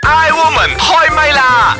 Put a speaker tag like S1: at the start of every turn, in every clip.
S1: Iwoman 開唛啦！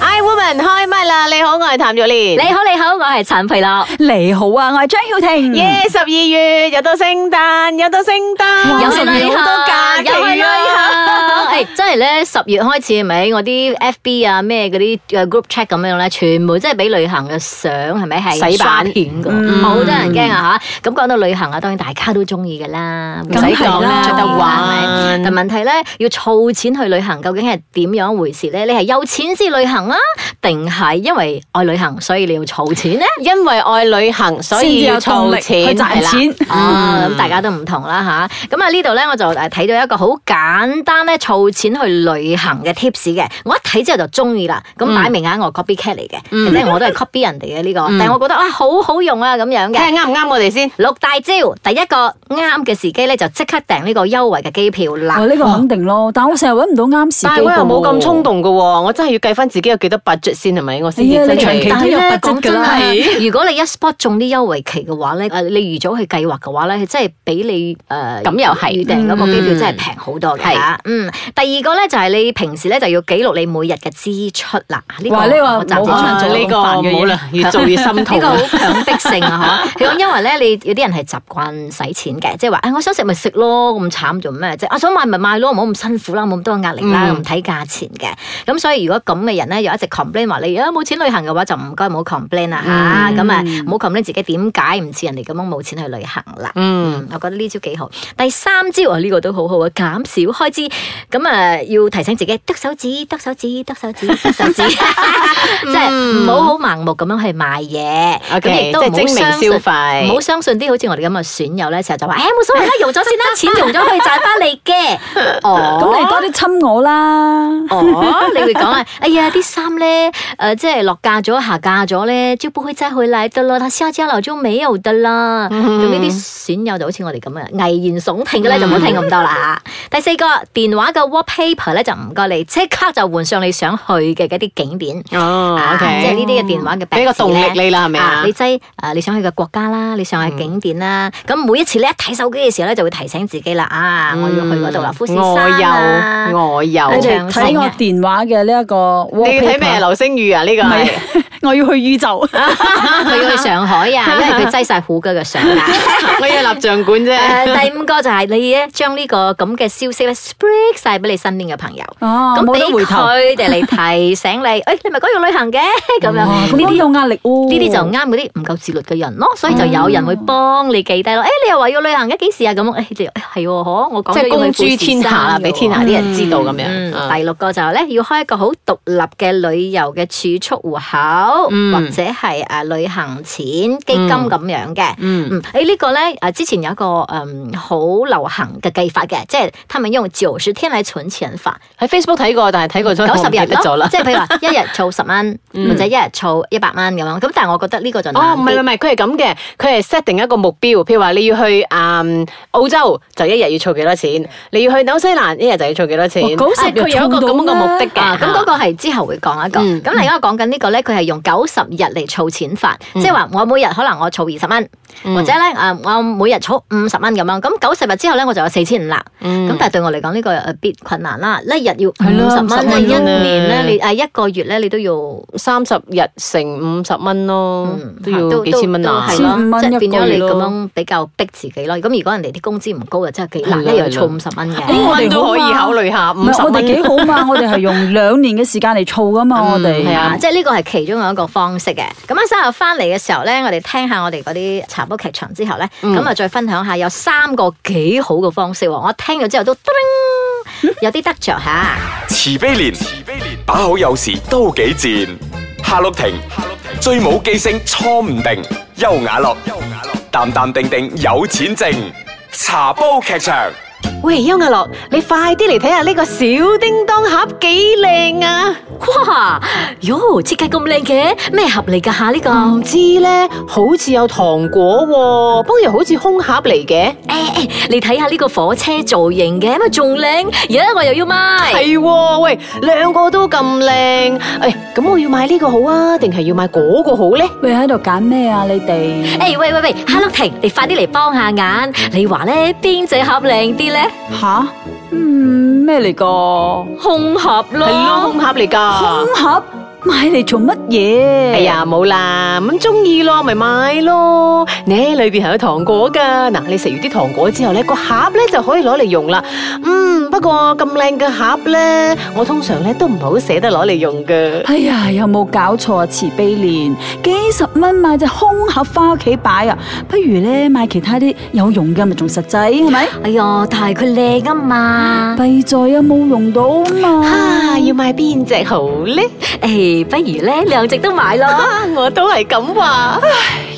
S2: I Woman 開唛啦！你好，我係譚玉蓮。
S3: 你好，你好，我係陳培樂。
S4: 你好啊，我係張曉婷。
S2: 耶！十二月又到聖誕，又到聖誕，
S4: 有
S2: 成
S4: 聖
S3: 禮
S4: 誕
S2: 好多假
S3: 有係
S2: 期啊！
S3: 啦，誒，真係咧，十月開始係咪？我啲 FB 啊，咩嗰啲誒 group check 咁樣咧，全部真係俾旅行嘅相係咪係
S2: 洗版嗯
S3: 刷片㗎？好多人驚啊嚇！咁講到旅行啊，當然大家都中意㗎啦，唔
S4: 梗
S3: 使
S4: 係
S3: 講
S4: 啦
S3: 啦，
S2: 有
S4: 中意
S2: 得
S3: 係咪
S2: 玩，
S3: 但問題咧，要儲錢去旅行，究竟係點樣回事咧？你係有錢先旅行啊，定係因為愛旅行所以你要儲錢咧？
S2: 因為愛旅行，所
S4: 先
S2: 以
S4: 至
S2: 要
S4: 有
S2: 儲
S4: 動力去
S2: 錢，係
S4: 賺
S2: 啦
S4: 錢。
S3: 哦，咁大家都唔同啦吓，咁啊呢度咧我就誒睇到一個好簡單咧儲錢去旅行嘅 tips 嘅，我一睇之後就中意啦。咁擺明啊，我 copy cat 嚟嘅，即係我都係 copy 人哋嘅呢個，但係我覺得啊好好用啊咁樣
S2: 睇下
S3: 嘅。
S2: 啱唔啱我哋先。
S3: 六大招，第一個啱嘅時機咧就即刻訂呢個優惠嘅機票啦。
S4: 我呢個肯定咯，但我成日揾唔到啱時機。
S2: 但係我又冇咁衝。動㗎喎，我真係要計翻自己有幾多 budget 先係咪？我先
S4: 哎呀
S2: 至真
S4: 你長期
S2: 係
S4: 都有
S3: 咧
S4: budget
S3: 講真
S4: 㗎啦
S3: 啊，如果你一 spot 中啲優惠期嘅話咧，誒你預早去計劃嘅話咧，係真係比你誒
S2: 咁又係
S3: 預訂嗰個機票
S2: 嗯
S3: 真係平好多嘅
S2: 係
S3: 嚇。嗯，第二個咧就係你平時咧就要記錄你每日嘅支出啦。呢個
S4: 哇呢個
S3: 我暫時
S4: 冇可能
S2: 哇
S4: 做
S2: 呢個
S4: 咁煩嘅嘢
S2: 冇啦，越做越心痛
S3: 呢個。好強迫性 啊！嚇，佢講因為咧，你有啲人係習慣使錢嘅，即係話，啊誒我想食咪食咯，咁慘做咩啫？我啊想買咪買咯，唔好咁辛苦啦，冇咁多壓力啦，
S2: 嗯
S3: 唔睇價錢嘅。咁所以如果咁嘅人咧，又一直 complain 話你啊冇錢旅行嘅話，就唔該唔好 complain 啦嚇。咁啊，唔好 complain 自己點解唔似人哋咁樣冇錢去旅行啦。
S2: 嗯，
S3: 嗯，我覺得呢招幾好。第三招啊，呢、個都好好啊，減少開支。咁啊，要提醒自己，剁手指，剁手指，剁 手指，剁手指，即係唔好好盲目咁樣去買嘢。咁
S2: 嗯 OK，
S3: 亦
S2: 即
S3: 都
S2: 係
S3: 唔好
S2: 精明
S3: 相
S2: 消
S3: 信。
S2: 費。
S3: 唔好相信啲好似我哋咁嘅損友咧，成日就話：，誒、哎冇所謂啦，用咗先啦，錢用咗佢賺翻嚟嘅。 哦，
S4: 咁你多啲親我啦。
S3: 哦，你會講啊，哎呀，啲衫咧，誒、即係落架咗、下架咗咧，就不會再回來的了，它下架了就沒有的啦。
S2: 嗯
S3: 咁呢啲損友就好似我哋咁啊，危言聳聽嘅咧就唔好聽咁多
S2: 嗯
S3: 啦。 第四個電話嘅 wallpaper 咧就唔該你即刻就換上你想去嘅嗰啲景點。
S2: 哦
S3: 啊
S2: Ờ, ，OK，
S3: 即係呢啲嘅電話嘅
S2: 俾個
S3: badge
S2: 動力
S3: 咧
S2: 你啦，係咪啊嗯
S3: 啊？你擠啊，你想去嘅國家啦，你想去嘅景點啦，咁每一次咧一睇手機嘅時候咧，就會提醒自己啦，啊，我要去嗰度啦，富士山啊
S2: 嗯我有，我有。
S3: 你
S4: 你
S3: 哋
S4: 哋睇我電話嘅呢一個 wallpaper，
S2: 你要睇咩？流星雨啊？呢個
S4: 唔
S2: 係
S4: 係，我要去宇宙。
S3: 佢要去上海 啊，因為佢擠晒虎哥嘅相啦。
S2: 我要立像 館啫。
S3: 誒，第五個就係你咧，將呢個咁嘅消息咧 spread 晒俾你身邊嘅朋友，
S4: 哦，
S3: 咁
S4: 冇
S3: 俾
S4: 得回頭。
S3: 佢哋嚟提醒你， 誒，你咪講要旅行嘅咁樣。
S4: 哇
S3: 呢
S4: 咁呢啲
S3: 啲
S4: 有壓力
S2: 哦
S4: 喎。
S3: 呢啲就啱嗰啲唔夠自律嘅人咯，所以就有人會幫你記低咯。誒，你又話要旅行嘅幾時啊？咁誒，你就誒係喎，嗬，我講
S2: 即
S3: 咗
S2: 係
S3: 要
S2: 公
S3: 去富
S2: 諸
S3: 士
S2: 天下
S3: 山
S2: 啦，
S3: 嘅
S2: 俾天
S3: 喎
S2: 下啲人知道咁
S3: 嗯
S2: 樣。，
S3: 第六個就係咧，要開一個好獨立嘅旅遊嘅儲蓄戶口，
S2: 嗯
S3: 或者係誒旅行錢基金咁樣嘅。
S2: 嗯
S3: 嗯，誒呢個咧誒之前有一個誒好流行嘅計法嘅，即係他們用九十天嚟存錢法，
S2: 喺 Facebook 睇過，但係睇過咗
S3: 九
S2: 我
S3: 十
S2: 唔記
S3: 日
S2: 得咗
S3: 咯
S2: 啦，嗯
S3: 即。係譬 如話一日儲十蚊，或者一日儲一百蚊咁樣。咁但係我覺得呢個就
S2: 哦，
S3: 難
S2: 唔係唔係
S3: 啲。
S2: 唔係，佢係咁嘅，佢係 set 定一個目標，譬如話你要去嗯澳洲，就一日要儲幾多錢；你要去紐西蘭，一日就要儲幾多錢。
S4: 哇九十
S2: 啊佢有一個咁樣嘅目的
S3: 啊
S2: 嘅。
S3: 咁嗰個係之後會講一個。
S2: 嗯
S3: 咁另一個講緊呢個咧，佢係用九十日嚟儲錢法，即係話我每日可能我儲二十蚊，
S2: 嗯
S3: 或者咧誒我每日儲五十蚊咁樣。咁九十日之後咧，我就有四千五啦。咁
S2: 嗯
S3: 但係對我嚟講呢個誒必困難啦，一日要
S4: 係
S3: 五
S4: 咯
S3: 十
S4: 50
S3: 蚊，
S4: 蚊
S3: 你一
S2: 啊
S3: 年咧你誒一個月咧你都要。
S2: 三十日乘五十蚊咯
S3: 嗯，
S2: 都要幾千蚊啊
S3: 都都！係咯
S4: 1500
S3: 即係變咗你
S4: 一個
S3: 咁
S4: 月咯
S3: 樣比較逼自己咯。咁如果人哋啲工資唔高啊，真係幾難，
S2: 係咯
S3: 一日要
S2: 係
S3: 儲
S2: 咯
S3: 五十蚊
S4: 哎
S3: 嘅。
S4: 我
S2: 蚊
S4: 哋
S2: 都
S4: 好
S2: 可以
S4: 嘛
S2: 考慮下，五
S4: 唔
S2: 十
S4: 係我哋
S2: 蚊
S4: 幾好 嘛？我哋係用兩年嘅時間嚟儲噶嘛，我哋
S2: 係啊
S3: 啊，即係呢個係其中一個方式嘅。咁啊，三日翻嚟嘅時候咧，我哋聽下我哋嗰啲茶煲劇場之後咧，咁啊、再分享下有三個幾好嘅方式喎。我聽咗之後都 叮有啲得着吓。
S1: 慈悲蓮，慈悲蓮，把口有時都幾賤。夏綠庭，夏綠庭，最冇記性錯唔定。優雅樂，優雅樂，淡淡定定有錢剩。茶煲劇場。
S2: 喂，邱亞樂，你快啲嚟睇下呢個小叮當盒幾靚啊！
S3: 哇！喲，設計咁靚嘅，咩合理㗎吓呢個？
S2: 唔知咧，好似有糖果喎、不過又好似空盒嚟嘅。
S3: 誒誒，你睇下呢個火車造型嘅，咪仲靚，而家我又要買。
S2: 係喎、喂，兩個都咁靚，誒、咁我要買呢個好啊，定係要買嗰個好咧？
S4: 喂，喺度揀咩啊？你哋
S3: 誒、喂喂喂，哈洛婷，你快啲嚟幫下眼，你話咧邊隻盒靚啲咧？
S4: 吓嗯，咩嚟噶？
S3: 空盒咯，
S2: 係咯，空盒嚟㗎。
S4: 空盒買嚟做乜嘢？
S2: 哎呀，冇啦，咁中意咯，咪買咯。呢裏邊係有糖果噶，嗱，你食完啲糖果之後咧，個盒咧就可以攞嚟用啦。嗯，不過咁靚嘅盒咧，我通常咧都唔係好捨得攞嚟用嘅。
S4: 哎呀，有冇搞錯啊？慈悲蓮，幾十蚊買隻空盒翻屋企擺啊，不如咧買其他啲有用嘅咪仲實際係咪？
S3: 哎呀，但係佢靚啊嘛，
S4: 弊在啊冇用到啊嘛
S2: 啊，。要買邊隻好咧？
S3: 誒，不如咧兩隻都買咯。
S2: 啊，我都係咁話。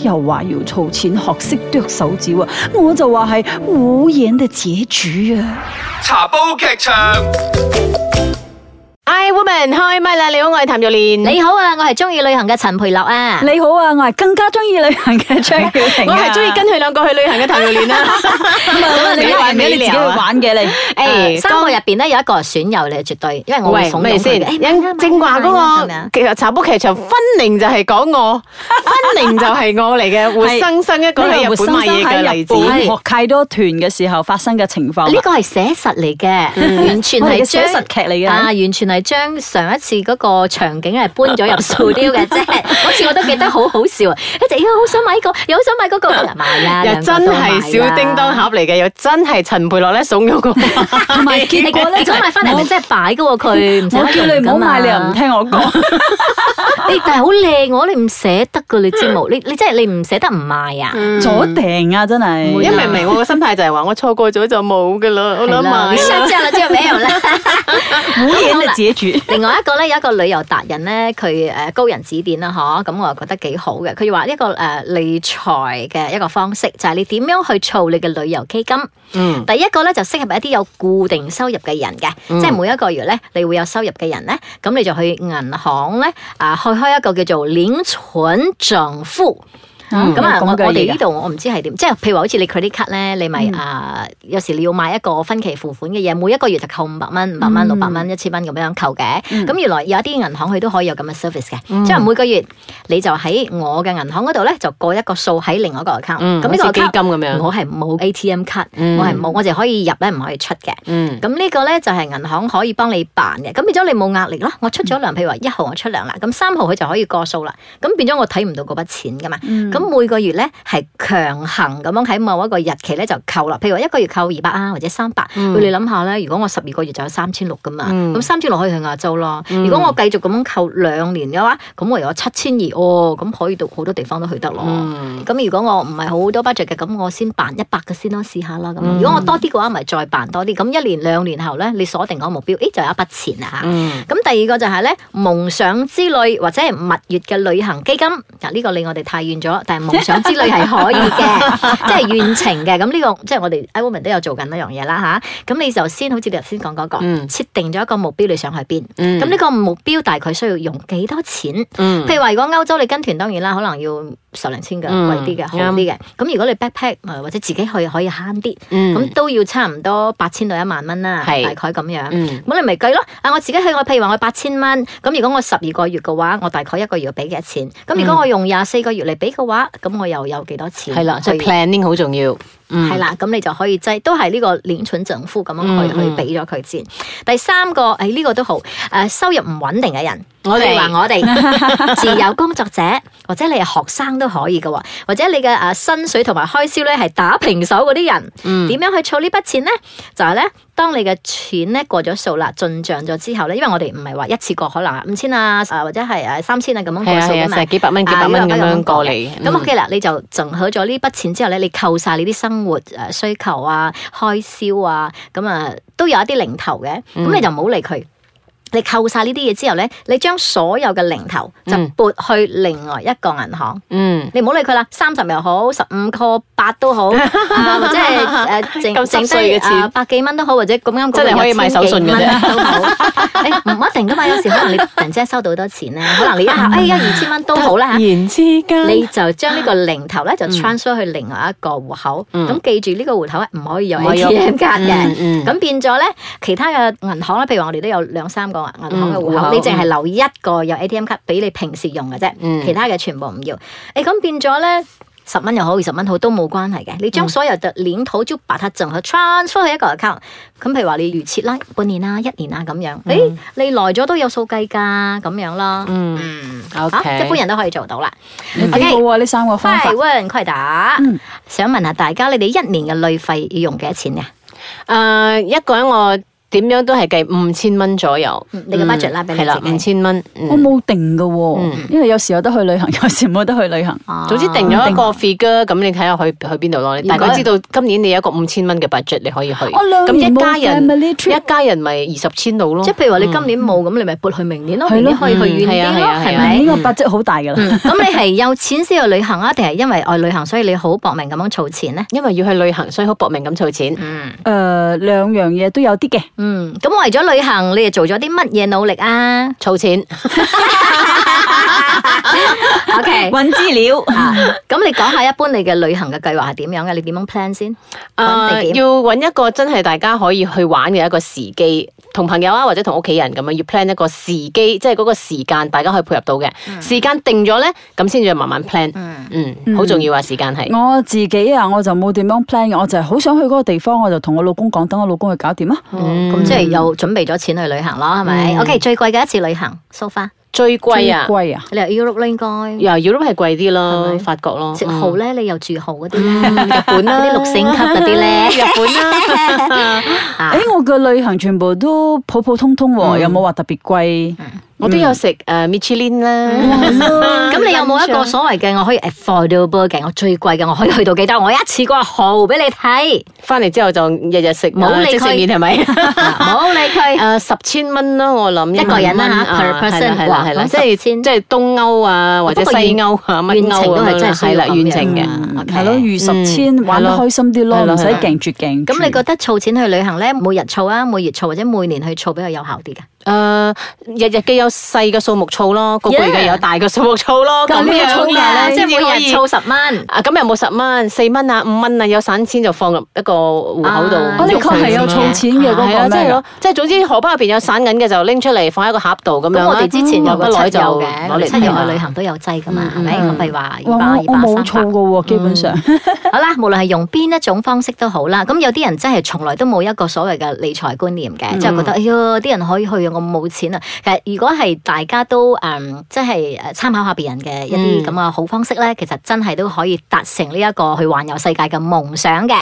S4: 又話要儲錢學識剁手指喎，我就話係無言的自主啊！
S1: 茶煲劇場。
S2: I woman 開唛啦！你好，我係譚玉蓮。
S3: 你好啊，我係中意旅行嘅陳培樂啊。
S4: 你好啊，我係更加中意旅行嘅張曉婷
S2: 我
S4: 啊
S2: 係中意跟佢兩個去旅行嘅譚玉蓮啦。
S4: 咁啊你
S2: 係
S4: 玩嘅你自己去玩嘅你。
S2: 誒，
S3: 三個入邊咧有一個係損友你絕對，因為我會
S2: 喂，
S3: 慫
S2: 咪
S3: 恿佢
S2: 先
S3: 嘅。誒，
S2: 正正話嗰個其實茶煲劇場分明就係講我，分明就係我嚟嘅，活生生一個喺日本買嘢
S4: Dạ,
S2: 嘅例子。
S4: 呢個活生
S3: 係
S4: 生喺日本學契多團嘅時候發生嘅情況。
S3: 呢個係寫實嚟嘅，完全
S4: 我哋嘅
S3: 係
S4: 寫
S3: 將
S4: 實劇嚟嘅
S3: 啊，完全係將上一次嗰個場景係搬咗入塑雕嘅啫。嗰次我都記得好好笑啊！一直哎呀好想買呢個，又好想買嗰個，買啊！
S2: 又
S3: 兩個
S2: 真
S3: 都
S2: 係
S3: 買
S2: 小
S3: 啦
S2: 叮當。盒嚟嘅，又真係陳培樂咧慫咗個買。
S4: 同埋
S3: 你
S4: 結
S3: 嗰
S4: 果
S3: 咧
S4: 咧，
S3: 走買翻嚟咪真係擺嘅喎，佢唔使
S4: 我叫你唔好買，你又唔。聽 我講。
S3: 你但係好靚喎，你唔捨得㗎，你知冇？你你真係你唔捨得唔買啊？
S2: Ừ,
S4: 左訂啊，真係。
S2: 因為
S3: 嗯
S2: 明明我個心態就係話我錯過咗就冇噶啦，我諗
S3: 啦，
S2: 買
S3: 你下
S2: 啦。
S3: 架了就沒有啦。
S4: 無言的自主。
S3: 另外一個咧，有一個旅遊達人咧，佢誒高人指點啦，嗬，咁我又覺得幾好嘅。佢話一個誒理財嘅一個方式，就係你點樣去儲你嘅旅遊基金。
S2: 嗯，
S3: 第一個咧就適合一啲有固定收入嘅人嘅，即係每一個月咧你會有收入嘅人咧，咁你就去銀行咧啊去開一個叫做領存整付。
S2: 嗯
S4: 嗯
S3: 咁啊，我我哋呢度我唔知係點，即係譬如話好似你 credit card 咧，你
S2: 嗯
S3: 咪啊有時你要買一個分期付款嘅嘢，每一個月就扣五百蚊、五百
S2: 嗯
S3: 蚊、六百蚊、一千蚊咁樣扣嘅。咁原來有一啲銀行佢都可以有咁嘅 service
S2: 嗯
S3: 嘅，即係每個月你就喺我嘅銀行嗰度咧就過一個數喺另外一個 account。
S2: 嗯
S3: 咁呢個
S2: 好似基
S3: account
S2: 金咁樣
S3: 我係冇 ATM 卡，
S2: 嗯
S3: 我係冇，我就可以入咧，唔可以出嘅。
S2: 嗯，
S3: 咁呢個咧就係銀行可以幫你辦嘅，咁變咗你冇壓力啦。我出咗糧，譬如話一號我出糧啦，咁三號佢就可以過數啦。咁變咗我睇唔到嗰筆錢噶嘛。
S2: 嗯
S3: 咁、每個月咧係強行咁樣喺某一個日期咧就扣啦。譬如話一個月扣二百啊，或者三百、喂你諗下咧，如果我十二個月就有三千六噶嘛，
S2: 嗯
S3: 咁三千六可以去亞洲咯。如果我繼續咁樣扣兩年嘅話，咁我有七千二哦，咁可以到好多地方都去得咯。
S2: 嗯
S3: 咁如果我唔係好多 budget 嘅，咁我先辦一百嘅先咯，試下啦。咁
S2: 嗯
S3: 如果我多啲嘅話，咪再辦多啲。咁一年兩年後咧，你鎖定嗰個目標，咦就有一筆錢啦嚇。
S2: 嗯，
S3: 咁第二個就係咧夢想之旅或者係蜜月嘅旅行基金，嗱呢個離我哋太遠咗，但係夢想之旅係可以嘅， 即係遠程嘅。咁呢個即係我哋 I Woman 都有做緊一樣嘢啦吓，咁你就先好似你頭先講嗰個，
S2: 嗯
S3: 設定咗一個目標你想去邊，
S2: 嗯
S3: 咁呢個目標大概需要用幾多錢？
S2: 嗯，
S3: 譬如話，如果歐洲你跟團當然啦，可能要十零千嘅
S2: 嗯
S3: 貴啲嘅，好啲嘅。咁如果你 backpack 呃或者自己去可以慳啲，
S2: 嗯
S3: 咁都要差唔多八千到一萬蚊啦，
S2: 係
S3: 大概咁樣。
S2: 嗯
S3: 咁你咪計咯。啊，我自己去我譬如話我八千蚊，咁如果我十二個月嘅話，我大概一個月要俾幾多錢？咁如果我用廿四個月嚟俾嘅話，咁我又有幾多錢？
S2: 嗯係啦，即係
S3: 去
S2: planning 好重要。嗯
S3: 係，啦，咁你就可以擠，都係呢個連蠢丈夫咁樣去
S2: 嗯嗯
S3: 去俾咗佢先。第三個，誒呢個都好，誒收入唔穩定嘅人，
S2: 我哋
S3: 譬如話我哋 自由工作者，或者你係學生都可以嘅喎，或者你嘅誒啊薪水同埋開銷咧係打平手嗰啲人，
S2: 嗯
S3: 點樣去儲呢筆錢咧？就係咧，當你嘅錢咧過咗數啦，進帳咗之後咧，因為我哋唔係話一次過可能五千啊，誒或者係誒三千啊咁樣
S2: 係
S3: 過
S2: 啊
S3: 數
S2: 係啊，
S3: 㗎嘛
S2: 成。幾百蚊幾百蚊咁樣過嚟。
S3: 咁 OK 啦，你就剩好咗呢筆錢之後咧，你扣晒你啲生活誒需求啊、開銷啊，咁啊都有一啲零頭嘅，
S2: 嗯
S3: 咁你就唔好理佢。你扣晒呢啲嘢之後咧，你將所有嘅零頭就
S2: 嗯
S3: 撥去另外一個銀行。
S2: 嗯，
S3: 你唔好理佢啦，三十又好，十五個八 都好，啊或者係
S2: 咁
S3: 誒剩
S2: 濕
S3: 剩
S2: 碎
S3: 低
S2: 嘅錢
S3: 啊百幾蚊都好，或者咁啱嗰個
S2: 真係可以
S3: 有千
S2: 買手信嘅啫
S3: 幾蚊都好。 哎誒唔一定噶嘛，有時可能你突然之間收到好多錢咧，可能你一下哎呀二千蚊都好啦嚇
S2: 突然之間，
S3: 你就將呢個零頭咧就 transfer 去另外一個戶口，
S2: 啊嗯
S3: 咁記住呢個戶口係唔可以有
S2: 唔可以有
S3: ATM 卡
S2: 嗯
S3: 嘅，
S2: 嗯
S3: 咁變咗咧其他嘅銀行咧，譬如話我哋都有兩三個銀行
S2: 嗯
S3: 嘅戶
S2: 戶口
S3: 口，你淨係留一個有 ATM 卡俾你平時用嘅啫
S2: 嗯，
S3: 其他嘅全部唔要。誒咁變咗咧。十蚊又好，二十蚊好都冇關係嘅。你
S2: 嗯
S3: 將所有嘅鏈土就把它整合 transfer 去一個 account。咁譬如話你預設啦，半年啊啦、一年啦咁樣，誒、你來咗都有數計㗎，咁樣啦。
S2: 嗯
S3: 嗯
S2: OK
S3: 嚇一般人都可以做到啦。
S4: 你幾好啊？呢三個方
S3: 快。
S4: 法
S3: 問快答，
S4: 嗯
S3: 想問下大家，你哋一年嘅旅費要用幾多錢啊？
S2: 诶、呃一個人我點樣都係計五千蚊左右。
S3: 嗯你嘅 budget 啦俾你
S2: 係啦，
S3: 自己
S2: 五千蚊。嗯
S4: 我冇啊定㗎
S2: 嗯
S4: 喎，因為有時有得去旅行， 有時冇得去旅行。
S2: 總之定咗一個 figure，咁你睇下去去邊度咯。你大概知道今年你有一個五千蚊嘅 budget，你可以去。
S4: 我兩
S2: 咁
S4: 年
S2: 一
S4: 冇
S2: 家人
S4: family trip
S2: 一家人咪二十千度咯。
S3: 即係譬如話你今年冇咁，你咪撥去明年咯，
S4: 係咯
S3: 明年可以去遠啲
S2: 嗯嗯係
S3: 咯，
S2: 啊係啊
S3: 係
S2: 係啊
S3: 咪？
S4: 呢個八折好大㗎啦。
S3: 嗯 咁你係有錢先去旅行啊，定係因為愛旅行所以你好搏命咁樣儲錢咧？
S2: 因為要去旅行，所以好搏命咁儲錢。
S3: 嗯
S4: 誒兩樣嘢都有啲嘅，
S3: 嗯，咁為咗旅行，你哋做咗啲乜嘢努力 啊
S2: 儲錢，
S3: ？OK，
S4: 揾資料。
S3: 啊咁你講下一般你嘅旅行嘅計劃係點樣嘅？你點樣 plan 先？揾地
S2: 誒啊
S3: 點
S2: 要揾一個真係大家可以去玩嘅一個時機，同朋友啊或者同屋企人咁樣，要 plan 一個時機，即係嗰個時間大家可以配合到嘅。時間定咗咧，咁先至慢慢 plan。
S3: 嗯
S2: 嗯，好重要啊，時間係。
S4: 我自己啊，我就冇點樣 plan 嘅，我就係好想去嗰個地方，我就同我老公講，等我老公去搞掂啊。
S2: 嗯
S3: 咁即係又準備咗錢去旅行咯，係咪？OK，最貴嘅一次旅行，so far，
S2: 最貴啊
S4: 最，貴啊！
S3: 你話 Europe 啦應該。
S2: 又 Europe 係貴啲
S3: 係
S2: 咯
S3: 咪，
S2: 法國咯，
S3: 食
S2: 嗯
S3: 豪咧，你又住豪嗰啲 咧，
S2: 日本啦，
S3: 嗰啲六星級嗰啲咧
S2: 日本啦，
S3: 啊嗯
S4: 誒，我嘅旅行全部都普普通通喎，又冇話特別貴。
S2: 我都有食誒 Michelin 啦，
S3: 嗯 咁你有冇一個所謂嘅我可以 affordable 嘅，我最貴嘅我可以去到幾多？我一次過豪俾你 睇，
S2: 翻嚟之後就日日食呃
S3: 冇理佢
S2: 即食麵係 咪？
S3: 冇啊理佢。
S2: 誒啊十千蚊啦，我諗
S3: 一個人啦嚇
S2: 啊
S3: per
S2: 係啦
S3: person，
S2: 係啦係啦，
S3: 哇咁
S2: 即係
S3: 10,000
S2: 即係東歐啊或者
S3: 不過遠
S2: 西歐啊乜
S3: 遠程
S2: 歐
S3: 都
S2: 咁
S3: 係
S2: 樣
S3: 真
S2: 啦，
S3: 係需要
S2: 係啦
S3: 咁
S2: 遠程
S3: 樣
S2: 嘅。
S4: 嗯
S3: OK
S4: 係咯，預十千
S2: 嗯
S4: 玩得
S2: 係咯
S4: 開心啲咯，
S2: 係咯
S4: 唔使
S2: 係咯
S4: 勁住勁住。
S3: 咁你覺得儲錢去旅行咧，每日儲啊，每月儲或者每年去儲比較有效啲㗎？
S2: 誒呃日日嘅有細嘅數目儲咯，個個月嘅
S3: Yeah
S2: 有大嘅數目儲咯，咁
S4: 咁呢個
S2: 樣
S4: 儲
S2: 嘅
S4: 㗎
S3: 即係每
S2: 先可
S3: 日
S2: 以
S3: 儲十蚊。
S2: 啊，咁又冇十蚊、四蚊啊、五蚊啊，有散錢就放入一個戶口度。
S3: 啊
S4: 我
S3: 哦
S4: 呢
S3: 你
S4: 確係有儲錢嘅嗰個
S2: 係啊，
S4: 咩
S2: 即係
S4: 㗎
S2: 咯？，即係總之荷包入邊有散銀嘅就拎出嚟放喺個盒度咁樣
S3: 咁
S2: 啦
S3: 我哋之前有個
S2: 嗯
S3: 七
S2: 耐
S3: 友
S2: 就
S3: 嘅，我
S2: 攞
S3: 哋
S2: 嚟
S3: 七友
S2: 睇
S3: 啊去
S2: 啦
S3: 旅行都有劑㗎嘛，係
S2: 嗯
S3: 咪？
S2: 嗯
S3: 咁譬如話
S4: 哇！
S3: 二百、
S4: 我
S3: 二
S4: 我冇
S3: 百、
S4: 儲
S3: 三百
S4: 嘅。喎，基本上。
S3: 好啦，無論係用邊一種方式都好啦，咁有啲人真係從來都冇一個所謂嘅理財觀念嘅，即係覺得哎呀啲人可以去啊，我冇錢啊。其實如果係大家都誒、嗯即係誒參考下別人嘅一啲咁嘅好方式咧，其實真係都可以達成呢一個去環遊世界嘅夢想嘅。